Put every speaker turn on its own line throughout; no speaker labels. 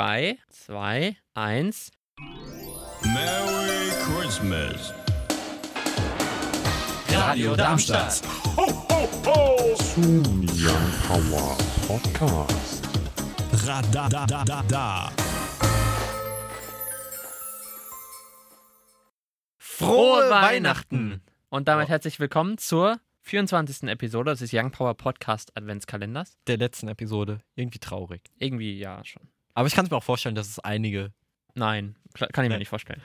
3, 2, 1.
Merry Christmas.
Radio Darmstadt.
Radadadada.
Frohe Weihnachten! Und damit herzlich willkommen zur 24. Episode des Young Power Podcast Adventskalenders.
Der letzten Episode. Irgendwie traurig.
Irgendwie ja schon.
Aber ich kann es mir auch vorstellen, dass es einige.
Nein, kla- kann ich mir
Nee.
nicht vorstellen.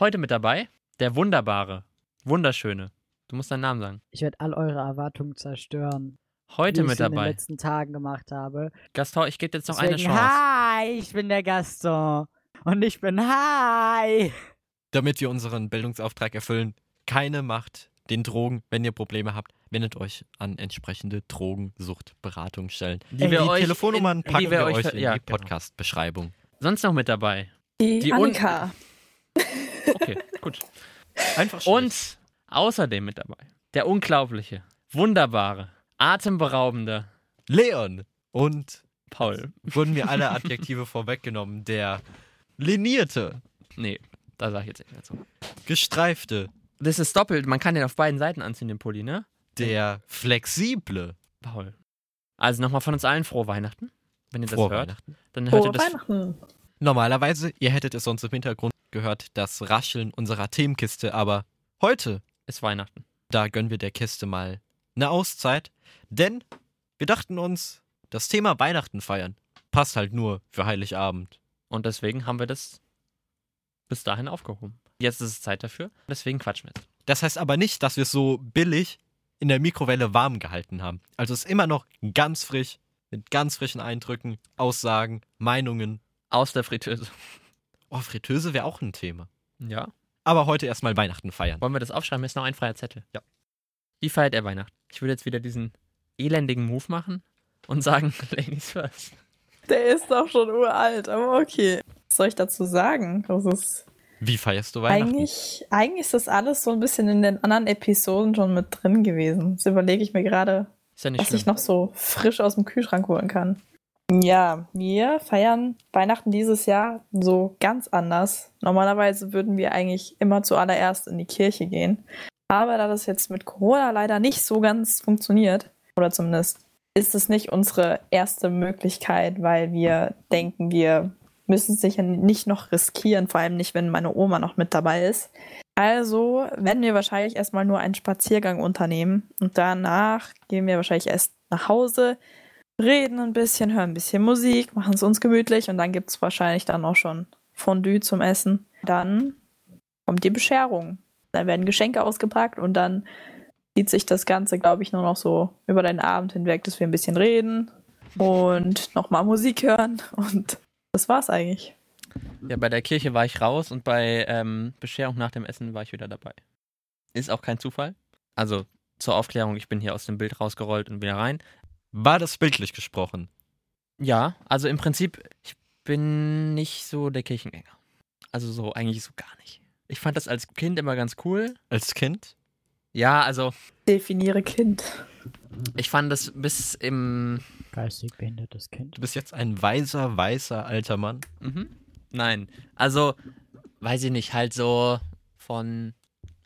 Heute mit dabei der wunderbare, wunderschöne. Du musst deinen Namen sagen.
Ich werde all eure Erwartungen zerstören,
Heute
die ich
mit
in den
dabei.
letzten Tagen gemacht habe.
Gaston, ich gebe jetzt noch eine
Deswegen,
Chance.
Hi, ich bin der Gaston. Und ich bin Hi.
Damit wir unseren Bildungsauftrag erfüllen, keine Macht den Drogen. Wenn ihr Probleme habt, wendet euch an entsprechende Drogensuchtberatungsstellen.
Die wir
die
euch
Telefonnummern
in- die wir
packen wir
euch
euch
ver-
in
ja,
die
genau.
Podcast-Beschreibung.
Sonst noch mit dabei.
Die,
Die Un-
Annika.
Okay, gut.
Einfach schön.
Und außerdem mit dabei der unglaubliche, wunderbare, atemberaubende
Leon und
Paul.
wurden mir alle Adjektive vorweggenommen. Der linierte,
Nee, da sage ich jetzt nicht mehr zu.
gestreifte,
Das ist doppelt. Man kann den auf beiden Seiten anziehen, den Pulli, ne?
der flexible.
Paul. Also nochmal von uns allen frohe Weihnachten. Wenn ihr das
Frohe
hört,
Weihnachten.
dann hört
Frohe
ihr das.
Weihnachten.
Normalerweise, ihr hättet es sonst im Hintergrund gehört, das Rascheln unserer Themenkiste, aber heute,
Ist Weihnachten.
da gönnen wir der Kiste mal eine Auszeit, denn wir dachten uns, das Thema Weihnachten feiern passt halt nur für Heiligabend.
Und deswegen haben wir das bis dahin aufgehoben. Jetzt ist es Zeit dafür. Deswegen quatschen wir jetzt.
Das heißt aber nicht, dass wir es so billig in der Mikrowelle warm gehalten haben. Also es ist immer noch ganz frisch, mit ganz frischen Eindrücken, Aussagen, Meinungen.
Aus der Fritteuse.
Oh, Fritteuse wäre auch ein Thema.
Ja.
Aber heute erstmal Weihnachten feiern.
Wollen wir das aufschreiben? Hier ist noch ein freier Zettel.
Ja.
Wie feiert er Weihnachten? Ich würde jetzt wieder diesen elendigen Move machen und sagen, Ladies first.
Der ist doch schon uralt, aber okay. Was soll ich dazu sagen? Das ist
Wie feierst du Weihnachten?
eigentlich, eigentlich ist das alles so ein bisschen in den anderen Episoden schon mit drin gewesen. Jetzt überlege ich mir gerade,
Ist ja nicht
was
schlimm.
ich noch so frisch aus dem Kühlschrank holen kann. Ja, wir feiern Weihnachten dieses Jahr so ganz anders. Normalerweise würden wir eigentlich immer zuallererst in die Kirche gehen. Aber da das jetzt mit Corona leider nicht so ganz funktioniert, oder zumindest ist es nicht unsere erste Möglichkeit, weil wir denken, wir müssen es sicher nicht noch riskieren, vor allem nicht, wenn meine Oma noch mit dabei ist. Also werden wir wahrscheinlich erstmal nur einen Spaziergang unternehmen und danach gehen wir wahrscheinlich erst nach Hause, reden ein bisschen, hören ein bisschen Musik, machen es uns gemütlich und dann gibt es wahrscheinlich dann auch schon Fondue zum Essen. Dann kommt die Bescherung. Dann werden Geschenke ausgepackt und dann zieht sich das Ganze, glaube ich, nur noch so über den Abend hinweg, dass wir ein bisschen reden und nochmal Musik hören und das war's eigentlich.
Ja, bei der Kirche war ich raus und bei ähm, Bescherung nach dem Essen war ich wieder dabei. Ist auch kein Zufall. Also zur Aufklärung, ich bin hier aus dem Bild rausgerollt und wieder rein.
War das bildlich gesprochen?
Ja, also im Prinzip, ich bin nicht so der Kirchengänger. Also so, eigentlich so gar nicht. Ich fand das als Kind immer ganz cool.
Als Kind?
Ja, also
Definiere Kind.
ich fand das bis im.
Geistig behindertes Kind.
Du bist jetzt ein weiser, weißer alter Mann.
Mhm. Nein. Also, weiß ich nicht, halt so von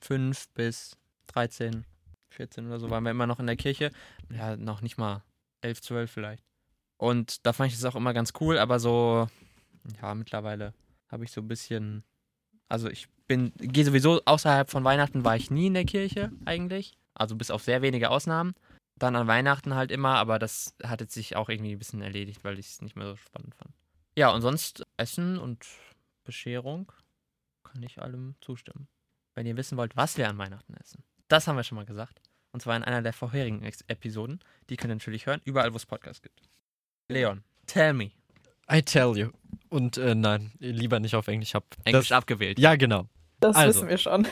5 bis 13, 14 oder so waren wir immer noch in der Kirche. Ja, noch nicht mal 11, 12 vielleicht. Und da fand ich das auch immer ganz cool, aber so, ja, mittlerweile habe ich so ein bisschen, also ich bin, gehe sowieso außerhalb von Weihnachten war ich nie in der Kirche eigentlich. Also bis auf sehr wenige Ausnahmen. Dann an Weihnachten halt immer, aber das hat jetzt sich auch irgendwie ein bisschen erledigt, weil ich es nicht mehr so spannend fand. Ja, und sonst Essen und Bescherung kann ich allem zustimmen. Wenn ihr wissen wollt, was wir an Weihnachten essen. Das haben wir schon mal gesagt. Und zwar in einer der vorherigen Ex Episoden. Die könnt ihr natürlich hören, überall, wo es Podcasts gibt. Leon, tell me.
I tell you. Und äh, nein, lieber nicht auf Englisch. Hab
Englisch
das,
abgewählt.
Ja, genau.
Das
Also.
wissen wir schon.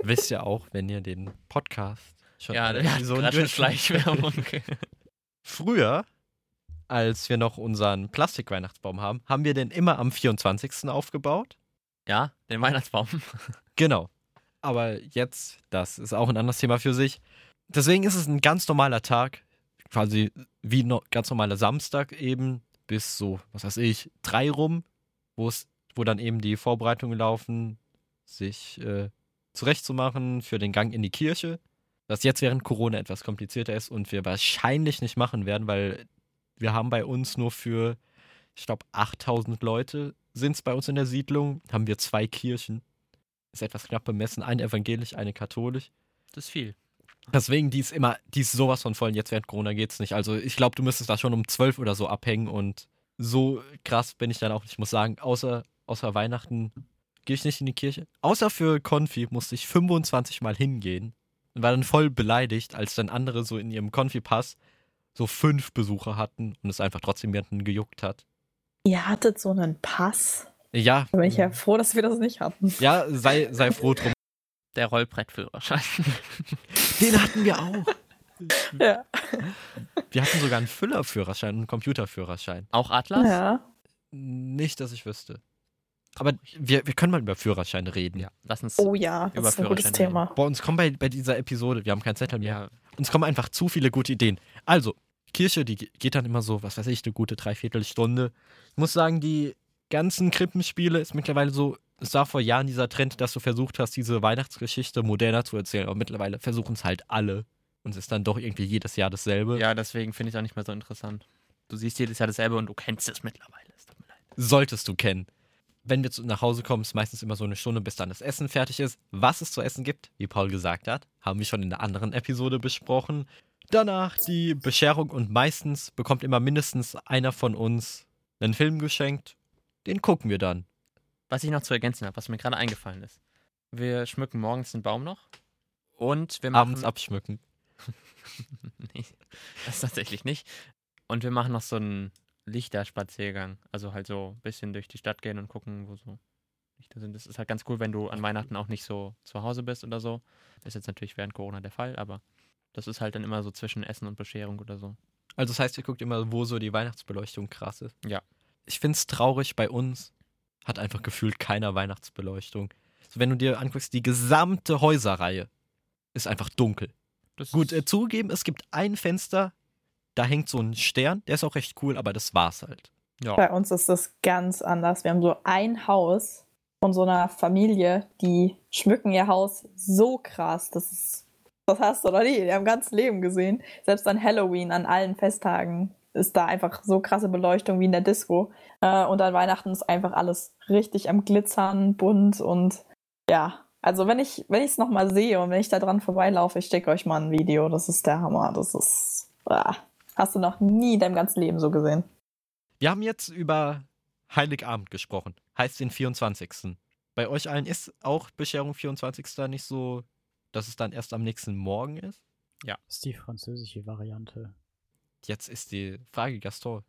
Wisst ihr auch, wenn ihr den Podcast schon
Ja,
alle
der hat
Episoden
gerade schon
durch-
Schleichwerbung.
Früher, als wir noch unseren Plastikweihnachtsbaum haben, haben wir den immer am 24. aufgebaut.
ja, den Weihnachtsbaum.
Genau. Aber jetzt, das ist auch ein anderes Thema für sich. Deswegen ist es ein ganz normaler Tag, quasi wie ein no- ganz normaler Samstag eben. bis so, was weiß ich, drei rum, wo es, wo dann eben die Vorbereitungen laufen, sich äh, zurechtzumachen für den Gang in die Kirche. Das jetzt während Corona etwas komplizierter ist und wir wahrscheinlich nicht machen werden, weil wir haben bei uns nur für, ich glaube, 8000 Leute sind es bei uns in der Siedlung, haben wir zwei Kirchen. Ist etwas knapp bemessen, eine evangelisch, eine katholisch.
Das ist viel.
Deswegen, die ist immer, die ist sowas von voll. und Jetzt während Corona geht's nicht. Also ich glaube, du müsstest da schon um 12 oder so abhängen und so krass bin ich dann auch nicht. Ich muss sagen, außer, außer Weihnachten gehe ich nicht in die Kirche. Außer für Konfi musste ich 25 Mal hingehen und war dann voll beleidigt, als dann andere so in ihrem Konfi-Pass so fünf Besucher hatten und es einfach trotzdem jemanden gejuckt hat.
Ihr hattet so einen Pass.
Ja,
Da bin ich ja froh, dass wir das nicht hatten.
ja, sei, sei froh drum.
Der Rollbrettführerschein.
Den hatten wir auch.
Ja.
Wir hatten sogar einen Füllerführerschein und einen Computerführerschein.
Auch Atlas?
ja.
Nicht, dass ich wüsste. Aber wir, wir können mal über Führerscheine reden.
Ja, lass uns.
Oh ja, das ist ein gutes
Überführerschein.
Thema.
Boah, uns kommen bei, bei dieser Episode, wir haben keinen Zettel
Ja,
mehr, uns kommen einfach zu viele gute Ideen. Also, Kirche, die ge- geht dann immer so, was weiß ich, eine gute Dreiviertelstunde. Ich muss sagen, die ganzen Krippenspiele ist mittlerweile so, es war vor Jahren dieser Trend, dass du versucht hast, diese Weihnachtsgeschichte moderner zu erzählen. Aber mittlerweile versuchen es halt alle. Und es ist dann doch irgendwie jedes Jahr dasselbe.
ja deswegen finde ich es auch nicht mehr so interessant. Du siehst jedes Jahr dasselbe und du kennst es mittlerweile. Es tut mir leid.
solltest du kennen. Wenn wir zu, nach Hause kommen, ist meistens immer so eine Stunde, bis dann das Essen fertig ist. Was es zu essen gibt, wie Paul gesagt hat, haben wir schon in der anderen Episode besprochen. Danach die Bescherung und meistens bekommt immer mindestens einer von uns einen Film geschenkt. Den gucken wir dann.
Was ich noch zu ergänzen habe, was mir gerade eingefallen ist. Wir schmücken morgens den Baum noch. Und wir machen.
Abends abschmücken.
nee, das tatsächlich nicht. Und wir machen noch so einen Lichterspaziergang. Also halt so ein bisschen durch die Stadt gehen und gucken, wo so Lichter sind. Das ist halt ganz cool, wenn du an Weihnachten auch nicht so zu Hause bist oder so. Das ist jetzt natürlich während Corona der Fall, aber das ist halt dann immer so zwischen Essen und Bescherung oder so.
Also das heißt, ihr guckt immer, wo so die Weihnachtsbeleuchtung krass ist.
Ja.
Ich find's traurig, bei uns hat einfach gefühlt keiner Weihnachtsbeleuchtung. So, wenn du dir anguckst, die gesamte Häuserreihe ist einfach dunkel.
Das
Gut, äh,
ist,
zugegeben, es gibt ein Fenster, da hängt so ein Stern, der ist auch recht cool, aber das war's halt.
ja.
Bei uns ist das ganz anders. Wir haben so ein Haus von so einer Familie, die schmücken ihr Haus so krass. Das ist, das hast du noch nie in ihrem ganzen Leben gesehen. Selbst an Halloween, an allen Festtagen ist da einfach so krasse Beleuchtung wie in der Disco. Äh, und an Weihnachten ist einfach alles richtig am Glitzern, bunt und ja. Also wenn ich wenn ich es noch mal sehe und wenn ich da dran vorbeilaufe, ich stecke euch mal ein Video. Das ist der Hammer. Das ist ah, hast du noch nie in deinem ganzen Leben so gesehen.
Wir haben jetzt über Heiligabend gesprochen, heißt den 24. Bei euch allen ist auch Bescherung 24. nicht so, dass es dann erst am nächsten Morgen ist?
Das ist die französische Variante.
Jetzt ist die Frage, Gaston.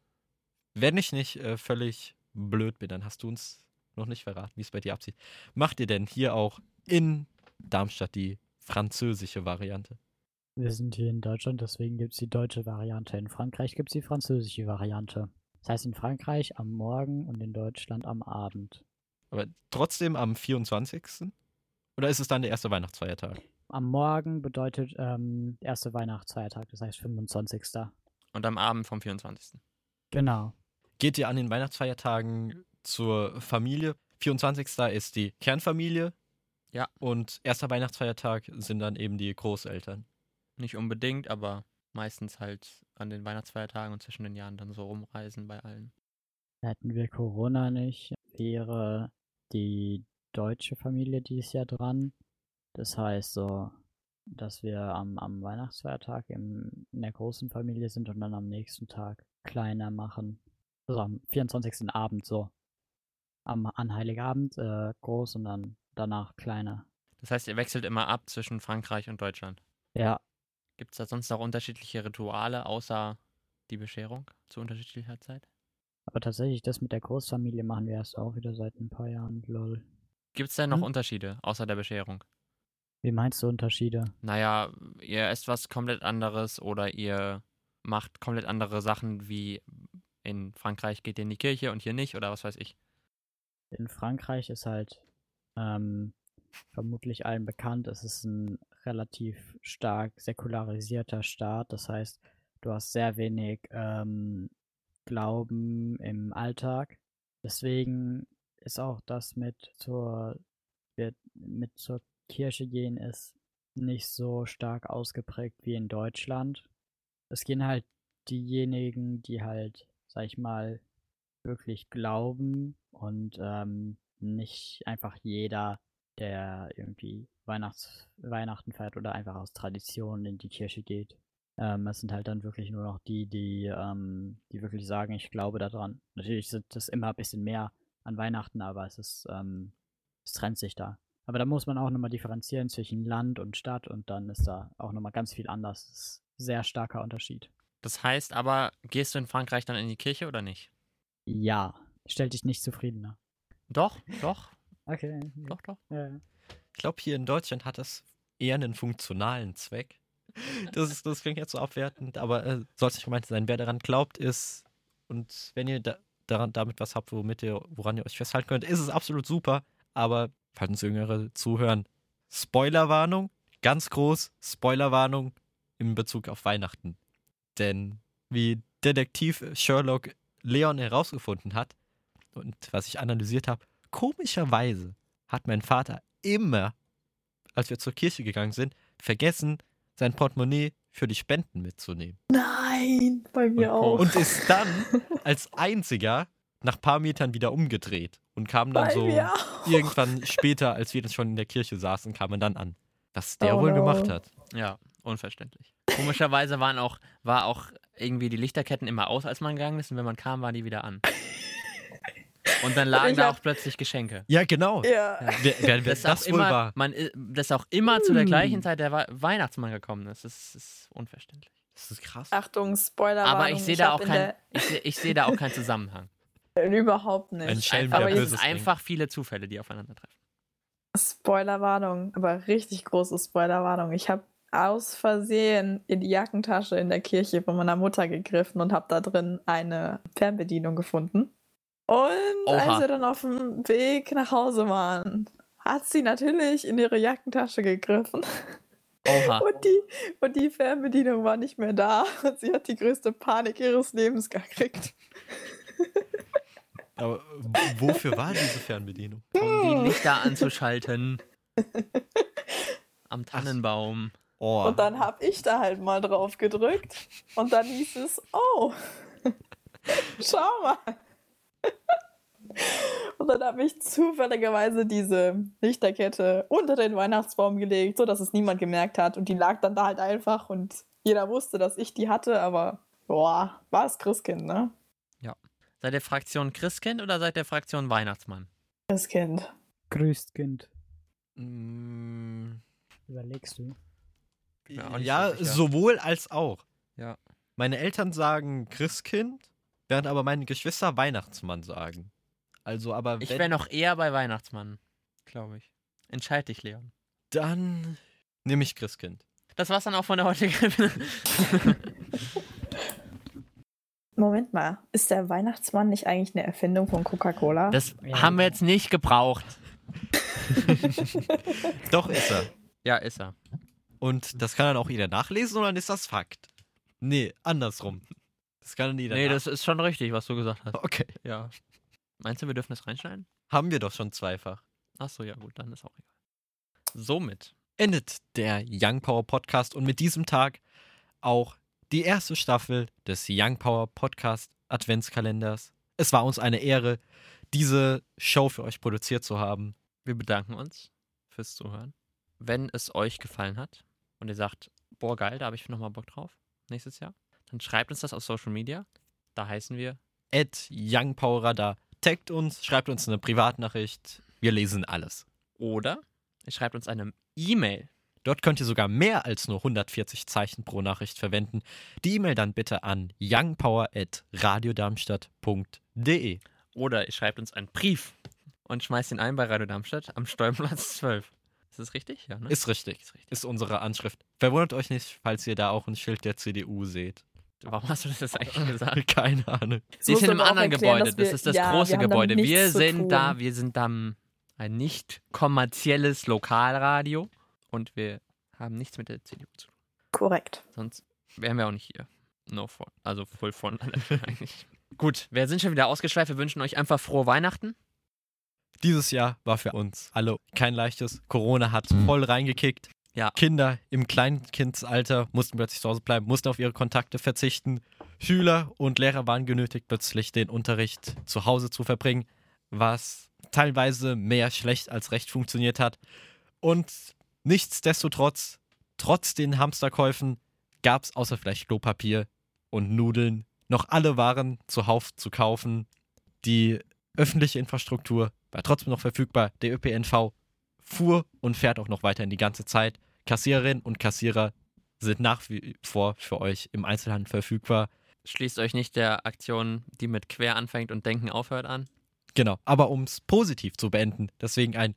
Wenn ich nicht äh, völlig blöd bin, dann hast du uns noch nicht verraten, wie es bei dir absieht. Macht ihr denn hier auch in Darmstadt die französische Variante?
Wir sind hier in Deutschland, deswegen gibt es die deutsche Variante. In Frankreich gibt es die französische Variante. Das heißt in Frankreich am Morgen und in Deutschland am Abend.
Aber trotzdem am 24. Oder ist es dann der erste Weihnachtsfeiertag?
Am Morgen bedeutet ähm, erste Weihnachtsfeiertag, das heißt 25.
Und am Abend vom 24.
Genau.
Geht ihr an den Weihnachtsfeiertagen zur Familie? 24. ist die Kernfamilie.
Ja.
Und erster Weihnachtsfeiertag sind dann eben die Großeltern.
Nicht unbedingt, aber meistens halt an den Weihnachtsfeiertagen und zwischen den Jahren dann so rumreisen bei allen.
Hätten wir Corona nicht, wäre die deutsche Familie dieses Jahr dran. Das heißt so, dass wir am, am Weihnachtsfeiertag im, in der großen Familie sind und dann am nächsten Tag kleiner machen. Also am 24. Abend so. Am, an Heiligabend äh, groß und dann danach kleiner.
Das heißt, ihr wechselt immer ab zwischen Frankreich und Deutschland.
Ja,
Gibt es da sonst noch unterschiedliche Rituale außer die Bescherung zu unterschiedlicher Zeit?
aber tatsächlich das mit der Großfamilie machen wir erst auch wieder seit ein paar Jahren. Lol.
Gibt es denn noch
Hm?
Unterschiede außer der Bescherung?
Wie meinst du Unterschiede?
Naja, ihr esst was komplett anderes oder ihr macht komplett andere Sachen wie in Frankreich geht ihr in die Kirche und hier nicht oder was weiß ich.
in Frankreich ist halt ähm, vermutlich allen bekannt, es ist ein relativ stark säkularisierter Staat. Das heißt, du hast sehr wenig ähm, Glauben im Alltag. Deswegen ist auch das mit zur, wir- mit zur Kirche gehen ist nicht so stark ausgeprägt wie in Deutschland. Es gehen halt diejenigen, die halt, sag ich mal, wirklich glauben und ähm, nicht einfach jeder, der irgendwie Weihnachts Weihnachten feiert oder einfach aus Tradition in die Kirche geht. Ähm, es sind halt dann wirklich nur noch die, die, ähm, die wirklich sagen, ich glaube daran. Natürlich sind das immer ein bisschen mehr an Weihnachten, aber es ist, ähm, es trennt sich da. Aber da muss man auch nochmal differenzieren zwischen Land und Stadt und dann ist da auch nochmal ganz viel anders. Das ist ein sehr starker Unterschied.
Das heißt aber, gehst du in Frankreich dann in die Kirche oder nicht?
Ja, stell dich nicht zufriedener.
Doch, doch,
Okay.
doch, doch.
Ja.
Ich glaube, hier in Deutschland hat das eher einen funktionalen Zweck. Das, ist, das klingt jetzt so abwertend, aber äh, sollte nicht gemeint sein. Wer daran glaubt, ist und wenn ihr da, daran, damit was habt, womit ihr, woran ihr euch festhalten könnt, ist es absolut super. Aber falls uns Jüngere zuhören, Spoilerwarnung, ganz groß, Spoilerwarnung in Bezug auf Weihnachten. Denn wie Detektiv Sherlock Leon herausgefunden hat und was ich analysiert habe, komischerweise hat mein Vater immer, als wir zur Kirche gegangen sind, vergessen, sein Portemonnaie für die Spenden mitzunehmen.
Nein, bei mir
Und
auch.
Coke.
Und ist dann als einziger nach paar Metern wieder umgedreht und kam dann
bei
so
mir auch.
irgendwann später, als wir dann schon in der Kirche saßen, kam er dann an. Was der
Oh
wohl
no.
gemacht hat.
Ja, unverständlich. Komischerweise waren auch, war auch irgendwie die Lichterketten immer aus, als man gegangen ist und wenn man kam, waren die wieder an. Und dann lagen
Ich
da
hab-
auch plötzlich Geschenke.
Ja, genau.
Ja.
Wer, wer, wer
Das,
das,
auch
wohl
immer,
war.
Man, i- dass auch immer zu der
Mm.
gleichen Zeit der Wei- Weihnachtsmann gekommen ist. Das ist, ist unverständlich.
Das ist krass.
Achtung, Spoiler.
Aber ich sehe da auch keinen,
kein.
ich seh, ich seh da auch keinen Zusammenhang.
äh, Überhaupt
Ein
nicht.
Schelm,
wer
Aber es
Böses
sind
denkt.
einfach viele Zufälle, die aufeinandertreffen.
Spoilerwarnung, aber richtig große Spoilerwarnung. Ich habe aus Versehen in die Jackentasche in der Kirche von meiner Mutter gegriffen und habe da drin eine Fernbedienung gefunden. Und
Oha.
als wir dann auf dem Weg nach Hause waren, hat sie natürlich in ihre Jackentasche gegriffen
Oha.
und die, und die Fernbedienung war nicht mehr da und sie hat die größte Panik ihres Lebens gekriegt.
Aber w- wofür war diese Fernbedienung?
Um die Lichter anzuschalten. Am Tannenbaum.
Oh.
Und dann habe ich da halt mal drauf gedrückt und dann hieß es, oh, schau mal. Und dann habe ich zufälligerweise diese Lichterkette unter den Weihnachtsbaum gelegt, sodass es niemand gemerkt hat. Und die lag dann da halt einfach und jeder wusste, dass ich die hatte, aber boah, war es Christkind, ne?
Seid ihr Fraktion Christkind oder seid ihr Fraktion Weihnachtsmann?
Christkind.
Grüßt Kind.
Mm,
Überlegst du?
mir auch nicht
Ja,
so sicher.
sowohl als auch.
Ja.
Meine Eltern sagen Christkind, während aber meine Geschwister Weihnachtsmann sagen. Also, aber
Ich
wenn,
wäre noch eher bei Weihnachtsmann, glaube ich. Entscheid dich, Leon.
dann nehme ich Christkind.
Das war's dann auch von der heutigen.
Moment mal, ist der Weihnachtsmann nicht eigentlich eine Erfindung von Coca-Cola?
Das
Ja.
haben wir jetzt nicht gebraucht.
Doch ist er.
Ja, ist er.
Und das kann dann auch jeder nachlesen und dann ist das Fakt. Nee, andersrum. Das kann dann jeder
Nee,
nach-
das ist schon richtig, was du gesagt hast.
Okay.
Ja. Oh. Meinst du, wir dürfen das reinschneiden?
Haben wir doch schon zweifach.
Achso, ja, gut, dann ist auch egal. Somit.
endet der Young Power Podcast und mit diesem Tag auch die erste Staffel des Young Power Podcast Adventskalenders. Es war uns eine Ehre, diese Show für euch produziert zu haben.
Wir bedanken uns fürs Zuhören. Wenn es euch gefallen hat und ihr sagt, boah, geil, da habe ich nochmal Bock drauf, nächstes Jahr, dann schreibt uns das auf Social Media. Da heißen wir
At Young Power Radar. Taggt uns, schreibt uns eine Privatnachricht. Wir lesen alles.
oder ihr schreibt uns eine E-Mail.
Dort könnt ihr sogar mehr als nur 140 Zeichen pro Nachricht verwenden. Die E-Mail dann bitte an youngpower.radiodarmstadt.de.
Oder ihr schreibt uns einen Brief und schmeißt ihn ein bei Radio Darmstadt am Steuerplatz 12. Ist das richtig? Ja, ne?
Ist richtig.
Ist richtig.
Ist unsere Anschrift. Verwundert euch nicht, falls ihr da auch ein Schild der CDU seht.
Warum hast du das jetzt eigentlich gesagt?
Keine Ahnung.
Sie
musst
sind
du
im
aber auch
anderen
erklären,
Gebäude.
dass wir-
das ist das
ja,
große
wir haben damit
Gebäude.
nichts
Wir
zu
sind
tun.
da, wir sind am ein nicht kommerzielles Lokalradio und wir haben nichts mit der CDU zu tun.
Korrekt.
Sonst wären wir auch nicht hier. No fun. Also voll von eigentlich. Gut, wir sind schon wieder ausgeschweift. Wir wünschen euch einfach frohe Weihnachten.
Dieses Jahr war für uns alle kein leichtes. Corona hat voll reingekickt.
Ja.
Kinder im Kleinkindsalter mussten plötzlich zu Hause bleiben, mussten auf ihre Kontakte verzichten. Schüler und Lehrer waren genötigt, plötzlich den Unterricht zu Hause zu verbringen, was teilweise mehr schlecht als recht funktioniert hat. Und nichtsdestotrotz, trotz den Hamsterkäufen, gab es außer vielleicht Klopapier und Nudeln noch alle Waren zuhauf zu kaufen. Die öffentliche Infrastruktur war trotzdem noch verfügbar. Der ÖPNV fuhr und fährt auch noch weiterhin die ganze Zeit. Kassiererinnen und Kassierer sind nach wie vor für euch im Einzelhandel verfügbar.
Schließt euch nicht der Aktion, die mit quer anfängt und denken aufhört an.
Genau. Aber um es positiv zu beenden, deswegen ein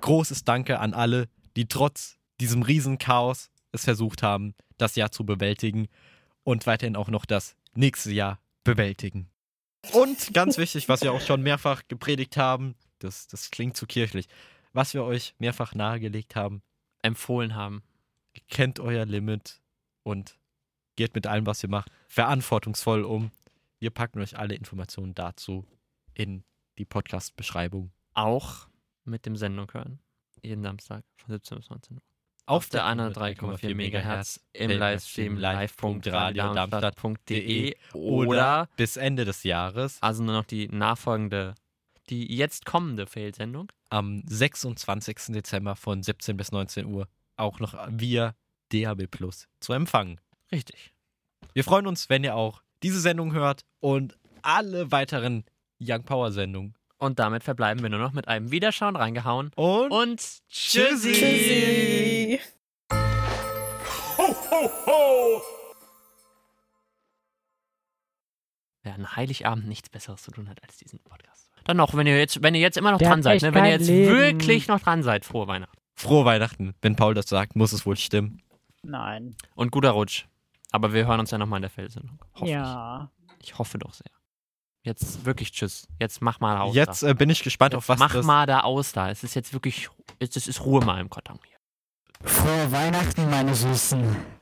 großes Danke an alle, die trotz diesem Riesenchaos es versucht haben, das Jahr zu bewältigen und weiterhin auch noch das nächste Jahr bewältigen. Und ganz wichtig, was wir auch schon mehrfach gepredigt haben, das, das klingt zu kirchlich, was wir euch mehrfach nahegelegt haben,
Empfohlen haben.
kennt euer Limit und geht mit allem, was ihr macht, verantwortungsvoll um. Wir packen euch alle Informationen dazu in die Podcast-Beschreibung.
Auch mit dem Sendung hören. Jeden Samstag von 17 bis 19 Uhr.
Auf
der 103,4 Megahertz im
Weltweit
Livestream
streamen live.radiodarmstadt.de
live.radio-darmstadt.de
oder
oder
bis Ende des Jahres
also nur noch die nachfolgende, die jetzt kommende Fail-Sendung.
am 26. Dezember von 17 bis 19 Uhr auch noch via DAB Plus zu empfangen.
Richtig.
Wir freuen uns, wenn ihr auch diese Sendung hört und alle weiteren Young Power Sendungen.
Und damit verbleiben wir nur noch mit einem Wiederschauen reingehauen
Und,
und tschüssi!
Tschüssi.
Wer an Heiligabend nichts Besseres zu tun hat als diesen Podcast. Dann noch, wenn ihr jetzt, wenn ihr jetzt immer noch
Der
dran
hat
seid,
echt
ne? wenn ihr
kein
jetzt
Leben.
wirklich noch dran seid, frohe Weihnachten.
frohe Weihnachten. Wenn Paul das sagt, muss es wohl stimmen.
Nein.
Und guter Rutsch. Aber wir hören uns ja nochmal in der Felsen. Hoffe
Ja.
ich. Ich hoffe doch sehr. Jetzt wirklich tschüss. Jetzt mach mal aus.
Jetzt
da.
äh, bin ich gespannt,
Jetzt
auf was
mach
das
mal da aus da. Es ist jetzt wirklich, es ist Ruhe mal im Karton hier.
Frohe Weihnachten, meine Süßen.